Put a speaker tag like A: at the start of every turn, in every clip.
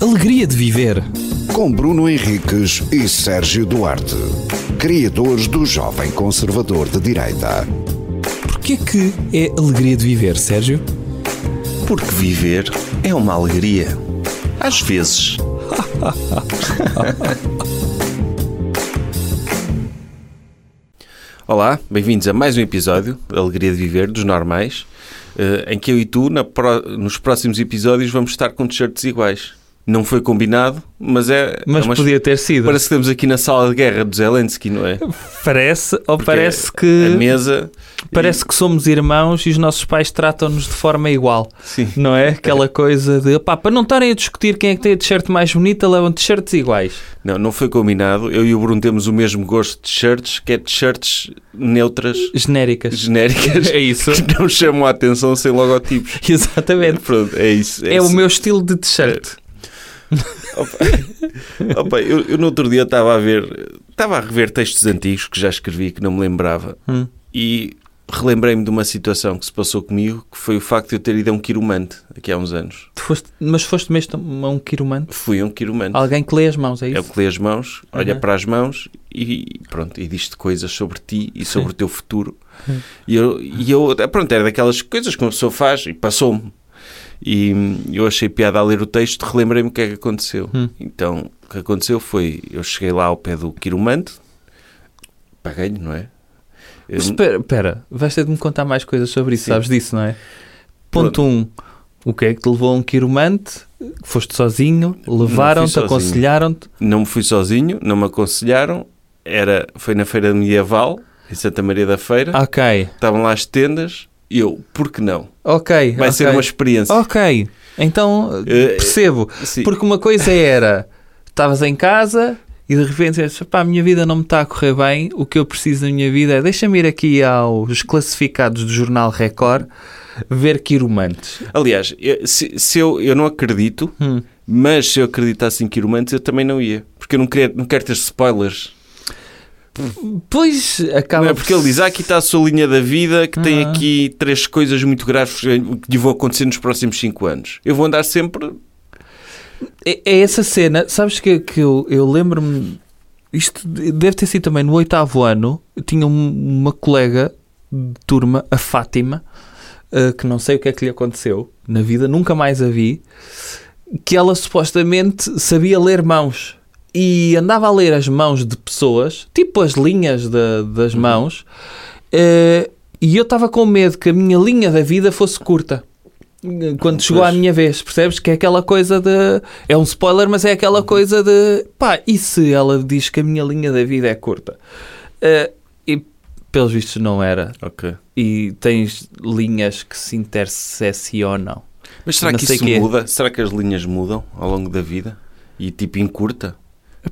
A: alegria de viver.
B: Com Bruno Henriques e Sérgio Duarte, criadores do Jovem Conservador de Direita.
A: Porquê que é alegria de viver, Sérgio?
C: Porque viver é uma alegria. Às vezes. Olá, bem-vindos a mais um episódio da Alegria de Viver dos Normais, eh, em que eu e tu, na pró- nos próximos episódios, vamos estar com t-shirts iguais. Não foi combinado, mas é.
D: Mas
C: é uma-
D: podia ter sido.
C: Parece que estamos aqui na sala de guerra do Zelensky, não é?
D: Parece, ou
C: Porque
D: parece
C: A
D: que
C: mesa.
D: parece que somos irmãos e os nossos pais tratam-nos de forma igual.
C: Sim.
D: Não é? Aquela coisa de opá, para não estarem a discutir quem é que tem a t-shirt mais bonita, levam t-shirts iguais.
C: Não, não foi combinado. Eu e o Bruno temos o mesmo gosto de shirts, que é de shirts neutras,
D: Genéricas.
C: genéricas,
D: É isso.
C: que não chamam a atenção sem logotipos.
D: Exatamente.
C: Pronto, é isso.
D: É o
C: isso.
D: meu estilo de t-shirt.
C: Opa, eu, eu no outro dia estava a ver, estava a rever textos antigos que já escrevi que não me lembrava
D: Hum.
C: e relembrei-me de uma situação que se passou comigo que foi o facto de eu ter ido a um quiromante aqui há uns anos.
D: Tu foste- mas foste mesmo a um quiromante?
C: Fui a um quiromante.
D: Alguém que lê as mãos, é
C: É o
D: isso?
C: que lê as mãos, olha
D: Uhum.
C: para as mãos e pronto, e diz-te coisas sobre ti e sobre o teu futuro. E eu, e eu, pronto, era daquelas coisas que uma pessoa faz e passou-me. E hum, eu achei piada a ler o texto, relembrei-me o que é que aconteceu.
D: Hum.
C: Então, o que aconteceu foi, eu cheguei lá ao pé do quiromante, paguei-lhe, não é? Eu-
D: Mas Espera, espera, vais ter de me contar mais coisas sobre isso,
C: Sim.
D: sabes disso, não é? Ponto 1. Um, o que é que te levou a um quiromante? Foste sozinho, levaram-te,
C: sozinho.
D: aconselharam-te.
C: Não me fui sozinho, não me aconselharam, era, foi na feira medieval, em Santa Maria da Feira,
D: Ok,
C: estavam lá as tendas, e eu, por que não?
D: ok.
C: Vai ser
D: ok.
C: uma experiência.
D: Ok, então
C: Eh,
D: percebo.
C: Sim.
D: Porque uma coisa era, estavas em casa e de repente dizes, pá, a minha vida não me está a correr bem, o que eu preciso da minha vida é, deixa-me ir aqui aos classificados do jornal Record ver quiromantes.
C: Aliás, eu- se, se eu, eu não acredito,
D: Hum.
C: mas se eu acreditasse em quiromantes, eu também não ia. Porque eu não, queria, não quero ter spoilers.
D: Pois acaba
C: Não é? Porque ele diz: ah, aqui está a sua linha da vida, que tem aqui três coisas muito graves que lhe vão acontecer nos próximos cinco anos. Eu vou andar sempre.
D: É, é essa cena, sabes que, que eu, eu lembro-me, isto de- deve ter sido também no oitavo ano, eu tinha um- uma colega de turma, a Fátima, eh, que não sei o que é que lhe aconteceu na vida, nunca mais a vi, que ela supostamente sabia ler mãos e andava a ler as mãos de pessoas, tipo as linhas da- das mãos, eh, e eu estava com medo que a minha linha da vida fosse curta. Quando chegou à
C: Pois.
D: minha vez, percebes? Que é aquela coisa de. É um spoiler, mas é aquela coisa de. Pá, e se ela diz que a minha linha da vida é curta? Eh, e pelos vistos não era.
C: Ok.
D: E tens linhas que se interseccionam.
C: Mas será
D: Não
C: que
D: sei
C: isso
D: que é.
C: muda? Será que as linhas mudam ao longo da vida? E tipo encurta?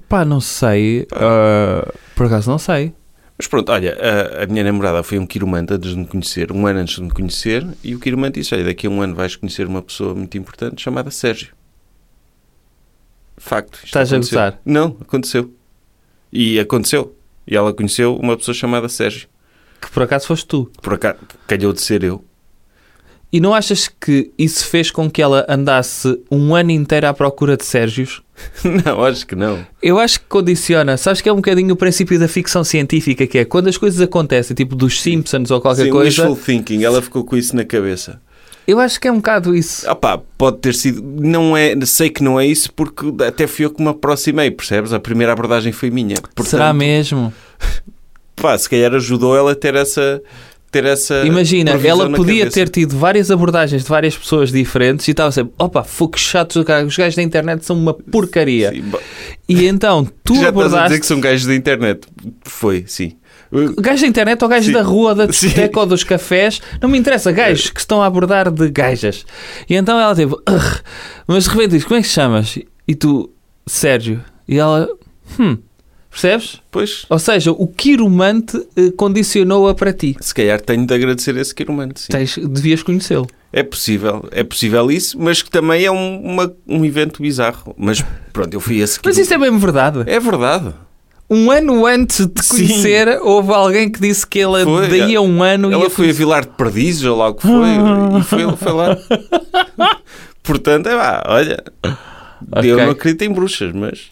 D: Pá, não sei. ah, por acaso não sei.
C: Mas pronto, olha, a, a minha namorada foi um quiromante antes de me conhecer, um ano antes de me conhecer, e o quiromante disse: Olha, daqui a um ano vais conhecer uma pessoa muito importante chamada Sérgio. Facto. isto
D: Estás a
C: aconteceu.
D: gozar?
C: Não, aconteceu. E aconteceu. E ela conheceu uma pessoa chamada Sérgio.
D: Que por acaso foste tu.
C: Por acaso, calhou de ser eu.
D: E não achas que isso fez com que ela andasse um ano inteiro à procura de Sérgios?
C: não, acho que não.
D: Eu acho que condiciona. Sabes que é um bocadinho o princípio da ficção científica, que é quando as coisas acontecem, tipo dos Simpsons ou qualquer
C: Sim,
D: coisa,
C: wishful thinking. Ela ficou com isso na cabeça.
D: eu acho que é um bocado isso.
C: Ah pá, pode ter sido. Não é, sei que não é isso porque até fui eu que me aproximei, percebes? A primeira abordagem foi minha.
D: Será
C: Portanto,
D: mesmo?
C: pá, se calhar ajudou ela a ter essa. Ter essa
D: Imagina,
C: previsão
D: ela
C: eh, na
D: podia
C: cabeça.
D: ter tido várias abordagens de várias pessoas diferentes e estava sempre, opa, fogo chatos do caralho, os gajos da internet são uma porcaria.
C: Sim, ba-
D: E então, tu
C: Já estás a dizer
D: abordaste
C: que são gajos da internet. Foi, sim. Eh,
D: gajo da internet ou gajo
C: Sim.
D: da rua, da
C: Sim.
D: discoteca ou dos cafés, não me interessa, gajos que estão a abordar de gajas. E então ela teve, "Ugh." mas de repente diz, como é que te chamas? E tu, Sérgio. E ela, hum, percebes?
C: Pois,
D: Ou seja, o quiromante eh, condicionou-a para ti.
C: se calhar tenho de agradecer esse quiromante, sim.
D: Tens, devias conhecê-lo.
C: É possível, é possível isso, mas que também é um, uma- um evento bizarro. Mas pronto, eu fui esse
D: Mas isso é mesmo verdade.
C: é... verdade.
D: Um ano antes de te
C: Sim.
D: conhecer, houve alguém que disse que ela
C: Foi.
D: daí a um ano
C: Ela
D: ia
C: foi a Vilar de Perdizes, ou lá o que foi, e foi, foi lá. Portanto, é pá, olha,
D: Ok.
C: Eu não acredito em bruxas, mas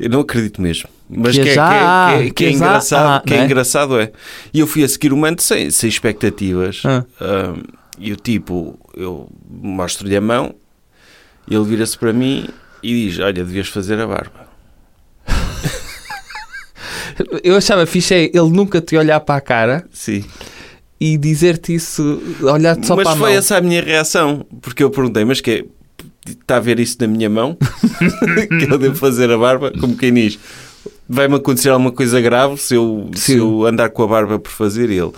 C: eu não acredito mesmo. Mas
D: Que
C: que, é,
D: já
C: que é-
D: há,
C: que é- que
D: que
C: é
D: já
C: engraçado,
D: há,
C: que
D: não
C: é
D: é?
C: engraçado é. E eu fui a seguir o manto sem, sem expectativas.
D: Ah.
C: Ahm, e o tipo, eu mostro-lhe a mão, ele vira-se para mim e diz: Olha, devias fazer a barba.
D: Eu achava fixe é ele nunca te olhar para a cara
C: Sim.
D: e dizer-te isso, olhar-te só
C: mas
D: para a
C: foi
D: mão.
C: essa a minha reação, porque eu perguntei, mas que é, está a ver isso na minha mão? que eu devo fazer a barba? Como quem diz, vai-me acontecer alguma coisa grave se eu, se
D: Sim.
C: eu andar com a barba por fazer? E ele,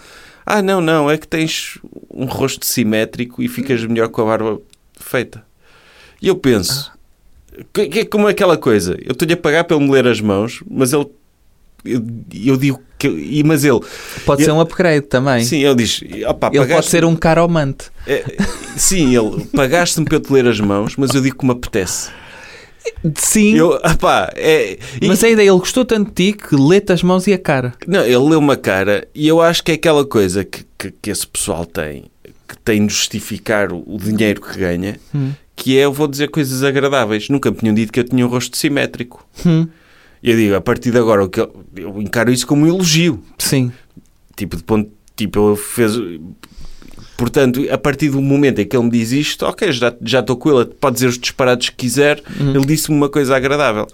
C: ah não, não, é que tens um rosto simétrico e ficas melhor com a barba feita. E eu penso, que, que é como aquela coisa, eu estou-lhe a pagar para ele me ler as mãos, mas ele... Eu, eu digo que. e- Mas ele.
D: Pode ser um upgrade também.
C: Sim, Ah, ele diz. Opa,
D: ele pode ser um caromante.
C: é, sim, ele pagaste-me para eu te ler as mãos, mas eu digo que me apetece.
D: Sim,
C: Eu, apá, é, e-
D: mas é- ainda ele gostou tanto de ti que lê-te as mãos e a cara.
C: não, ele leu uma cara e eu acho que é aquela coisa que, que, que esse pessoal tem, que tem de justificar o, o dinheiro que ganha,
D: Hum.
C: que é eu vou dizer coisas agradáveis. Nunca me tinham dito que eu tinha um rosto simétrico.
D: Hum.
C: Eu digo, a partir de agora, o que eu, eu encaro isso como um elogio.
D: Sim.
C: Tipo, de ponto. Tipo, ele fez. Portanto, a partir do momento em que ele me diz isto, ok, já já estou com ele, pode dizer os disparados que quiser, ele disse-me uma coisa agradável.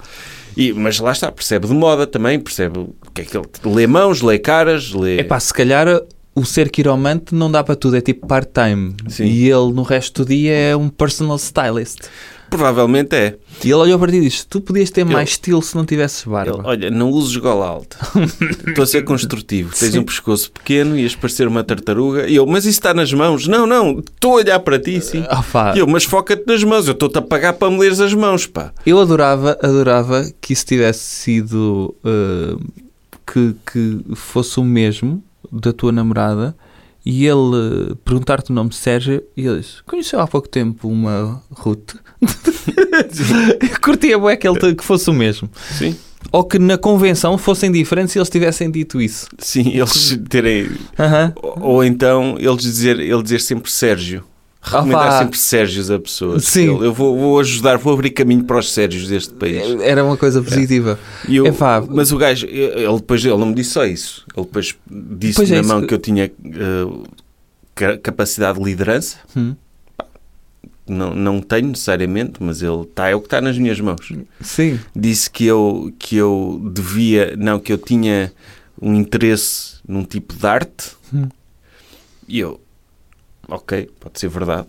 C: E, mas lá está, percebe de moda também, percebe o que é que ele. lê mãos, lê caras, lê.
D: É pá, se calhar o ser quiromante não dá para tudo, é tipo part-time.
C: Sim.
D: E ele no resto do dia é um personal stylist.
C: Provavelmente é.
D: E ele olhou para ti e disse: Tu podias ter mais estilo se não tivesses
C: Ele,
D: barba.
C: olha, não uses gola alta. Estou a ser construtivo. Tens um pescoço pequeno, ias parecer uma tartaruga. E eu, mas isso está nas mãos. Não, não, estou a olhar para ti, sim.
D: Ah, pá,
C: E eu, mas foca-te nas mãos. Eu estou-te a pagar para me leres as mãos, pá.
D: Eu adorava, adorava que isso tivesse sido eh, que, que fosse o mesmo da tua namorada e ele eh, perguntar-te o nome Sérgio e ele diz, conheceu há pouco tempo uma Ruth. Eu curtia bué que, ele, te- que fosse o mesmo.
C: Sim.
D: Ou que na convenção fossem diferentes e eles tivessem dito isso.
C: Sim, eles terem.
D: Aham.
C: Ou, ou então eles dizer, ele dizer sempre Sérgio. Recomendar
D: Opa.
C: sempre Sérgios a pessoas.
D: Sim.
C: Ele, eu vou, vou ajudar, vou abrir caminho para os Sérgios deste país.
D: Era uma
C: É.
D: coisa positiva.
C: E eu-
D: Epá.
C: mas o gajo, ele depois ele não me disse só isso. Ele depois disse
D: Pois é,
C: na
D: isso
C: mão
D: que-
C: que eu tinha eh, ca- capacidade de liderança.
D: Hum.
C: Não, não tenho necessariamente, mas ele está, é o que está nas minhas mãos.
D: Sim.
C: disse que eu, que eu devia, não, que eu tinha um interesse num tipo de arte
D: Hum.
C: e eu, ok, pode ser verdade.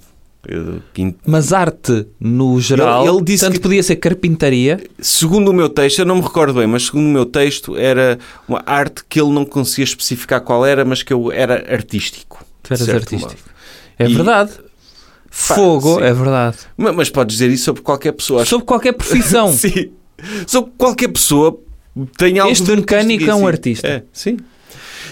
C: Eu pin-
D: Mas arte, no geral,
C: Ele- ele disse
D: tanto
C: que-
D: podia ser carpintaria.
C: segundo o meu texto, eu não me recordo bem, mas segundo o meu texto era uma arte que ele não conseguia especificar qual era, mas que eu era artístico.
D: Tu eras
C: de certo
D: artístico.
C: modo.
D: É
C: E-
D: verdade. Fogo,
C: sim.
D: é verdade.
C: Ma- Mas, podes dizer isso sobre qualquer pessoa. acho
D: Sobre qualquer profissão.
C: que- Sim. Sobre qualquer pessoa tem algo
D: Este
C: de
D: mecânico é um
C: sim.
D: artista.
C: É, sim.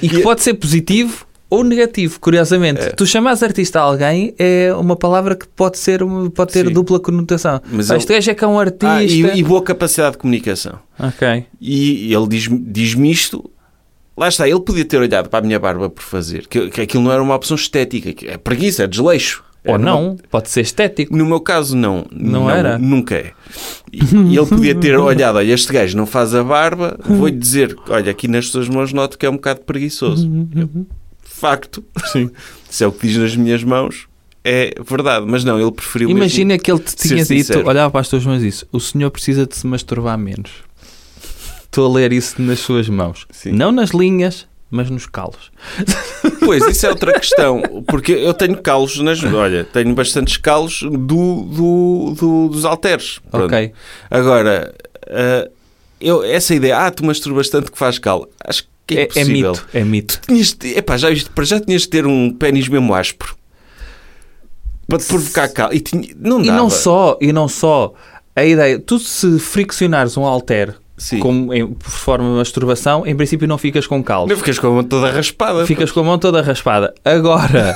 D: e que
C: e- é
D: pode ser positivo ou negativo, curiosamente. Tu chamas artista a alguém é uma palavra que pode, ser, uma- pode ter
C: Sim.
D: dupla conotação.
C: Mas
D: Ah,
C: ele-
D: Este gajo é que é um artista.
C: Ah, e- e boa capacidade de comunicação.
D: Ok.
C: E ele diz- diz-me isto. Lá está, ele podia ter olhado para a minha barba por fazer, que, que aquilo não era uma opção estética, que é preguiça, é desleixo.
D: Ou
C: Era uma-
D: não, pode ser estético.
C: no meu caso, não.
D: Não era?
C: Nunca é. E, e ele podia ter olhado, olha, este gajo não faz a barba, vou-lhe dizer, olha, aqui nas suas mãos noto que é um bocado preguiçoso. Eu, facto. Sim. Se é o que diz nas minhas mãos, é verdade. Mas não, ele preferiu mesmo-
D: Imagina que ele te
C: ser
D: tinha dito,
C: sincero.
D: olhava para as tuas mãos e disse: O senhor precisa de se masturbar menos. Estou a ler isso nas suas mãos.
C: Sim.
D: Não nas linhas, mas nos calos.
C: Pois, isso é outra questão, porque eu tenho calos nas. Olha, tenho bastantes calos do, do- do- dos halteres. Pronto.
D: Ok.
C: Agora, ah, eu, essa ideia, ah, tu masturbas tanto que faz calo, acho que é,
D: É, é
C: impossível.
D: mito, é mito.
C: Tinhas de- epá, já, viste, para já tinhas de ter um pênis mesmo áspero para te provocar calo. E tinha- não
D: E
C: dava.
D: não só, e não só. A ideia, tu se friccionares um halter
C: Sim.
D: como em, por forma de masturbação, em princípio não ficas com caldo.
C: Não ficas com a mão toda raspada.
D: Ficas com a mão toda raspada. Agora,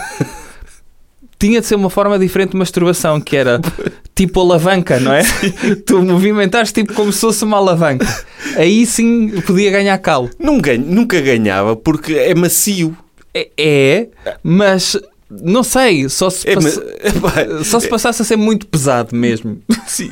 D: tinha de ser uma forma diferente de masturbação, que era tipo alavanca, não é? tu movimentares tipo como se fosse uma alavanca. Aí sim podia ganhar calo.
C: Não ganho- nunca ganhava porque é macio.
D: É, é, mas não sei, só se,
C: É,
D: passa-
C: ma- epá,
D: só se passasse a ser muito pesado mesmo.
C: Sim,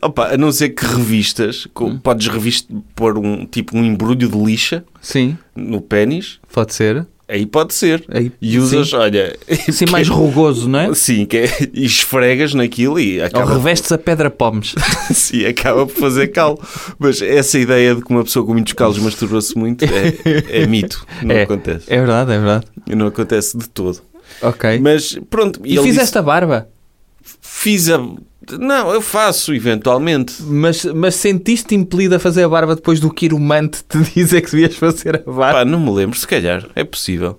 C: Opa, a não ser que revistas, co-
D: Hum.
C: podes revist, pôr um tipo um embrulho de lixa
D: Sim,
C: no pênis,
D: pode ser.
C: aí pode ser.
D: Aí-
C: E usas, olha,
D: Sim, Sim, mais rugoso, não é?
C: sim, que é, e esfregas naquilo e
D: Ou
C: acaba,
D: revestes a pedra pomes.
C: sim, acaba por fazer calo. Mas essa ideia de que uma pessoa com muitos calos masturba-se muito é, é mito. Não
D: É.
C: acontece.
D: É verdade, é verdade.
C: Não acontece de todo.
D: Ok.
C: Mas pronto,
D: e
C: ele
D: fizeste
C: disse,
D: a barba,
C: fiz a. Não, eu faço eventualmente.
D: mas, mas sentiste impelido a fazer a barba depois do quiromante te dizer que devias fazer a barba?
C: Pá, não me lembro, se calhar. É possível.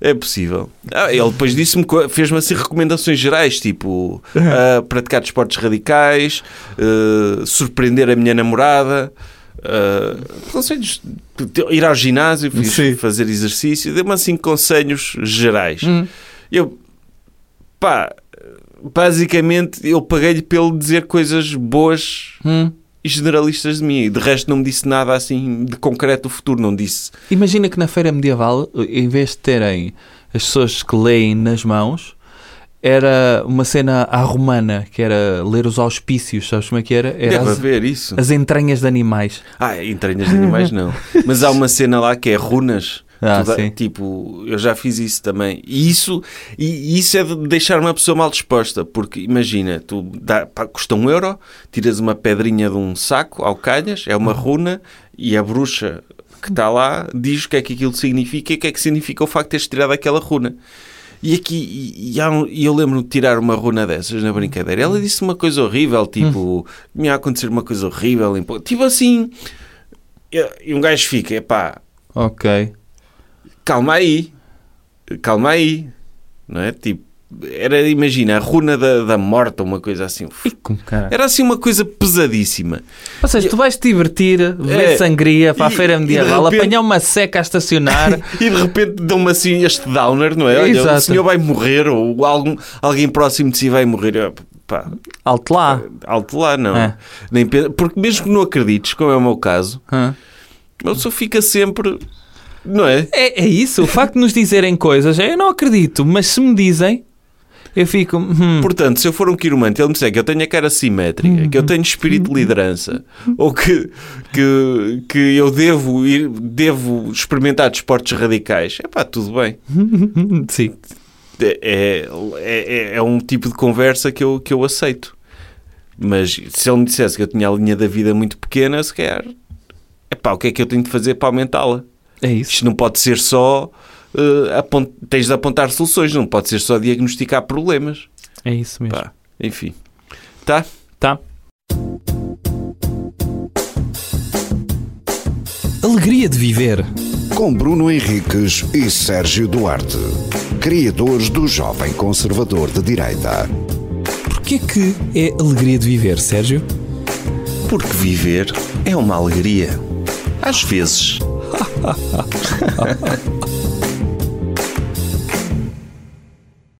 C: É possível. Ah, ele depois disse-me, co- fez-me assim recomendações gerais, tipo ah, praticar desportos radicais, ah, surpreender a minha namorada, ah, conselhos, de- ir ao ginásio, fiz-
D: Sim.
C: fazer exercício, deu-me assim conselhos gerais.
D: Hum.
C: Eu, pá, basicamente eu paguei-lhe pelo dizer coisas boas
D: Hum.
C: e generalistas de mim. De resto não me disse nada assim de concreto do futuro, não disse.
D: Imagina que na feira medieval, em vez de terem as pessoas que leem nas mãos, era uma cena à romana, que era ler os auspícios, sabes como é que era? Era
C: Deve
D: as,
C: haver isso.
D: as entranhas de animais.
C: Ah, entranhas de animais não. Mas há uma cena lá que é runas.
D: Ah,
C: Tu dá-
D: sim.
C: Tipo, eu já fiz isso também. E isso, e isso é de deixar uma pessoa mal disposta. Porque imagina, tu dá, pá, custa um euro, tiras uma pedrinha de um saco ao calhas, é uma runa, e a bruxa que está lá diz o que é que aquilo significa e o que é que significa o facto de teres tirado aquela runa. E aqui, e, e há um- e eu lembro-me de tirar uma runa dessas na brincadeira. Ela disse uma coisa horrível,
D: Hum.
C: tipo, me ia acontecer uma coisa horrível. em pou-" Tipo assim. E e um gajo fica, epá,
D: Ok.
C: calma aí, calma aí, não é? Tipo, era, imagina, a runa da, da morte, ou uma coisa assim.
D: E como caralho.
C: Era assim uma coisa pesadíssima.
D: Ou seja, tu vais te divertir, ver
C: É.
D: sangria para a
C: E-
D: feira
C: e de
D: medieval,
C: repente-
D: apanhar uma seca a estacionar.
C: E de repente dão-me assim este downer, não é? Olha,
D: Exato.
C: o senhor vai morrer, ou algum, alguém próximo de si vai morrer. Eu, Pá,
D: Alto lá.
C: alto lá, não.
D: É.
C: Nem pe- porque mesmo que não acredites, como é o meu caso,
D: Hã?
C: a pessoa fica sempre, não é?
D: É, é isso, o facto de nos dizerem coisas, eu não acredito, mas se me dizem, eu fico. hum,
C: Portanto, se eu for um quiromante e ele me disser que eu tenho a cara simétrica, é que eu tenho espírito de liderança, ou que, que, que eu devo, ir, devo experimentar desportos radicais, é pá, tudo bem.
D: Sim.
C: É, é, é- é um tipo de conversa que eu, que eu aceito. Mas se ele me dissesse que eu tinha a linha da vida muito pequena, se calhar, é pá, o que é que eu tenho de fazer para aumentá-la?
D: É isso.
C: Isto não pode ser só. eh, apont- Tens de apontar soluções, não pode ser só diagnosticar problemas.
D: É isso mesmo.
C: Pá, enfim. Tá?
D: Tá.
A: Alegria de viver.
B: Com Bruno Henriques e Sérgio Duarte, criadores do Jovem Conservador de Direita.
A: Porquê que é alegria de viver, Sérgio?
C: Porque viver é uma alegria. Às vezes.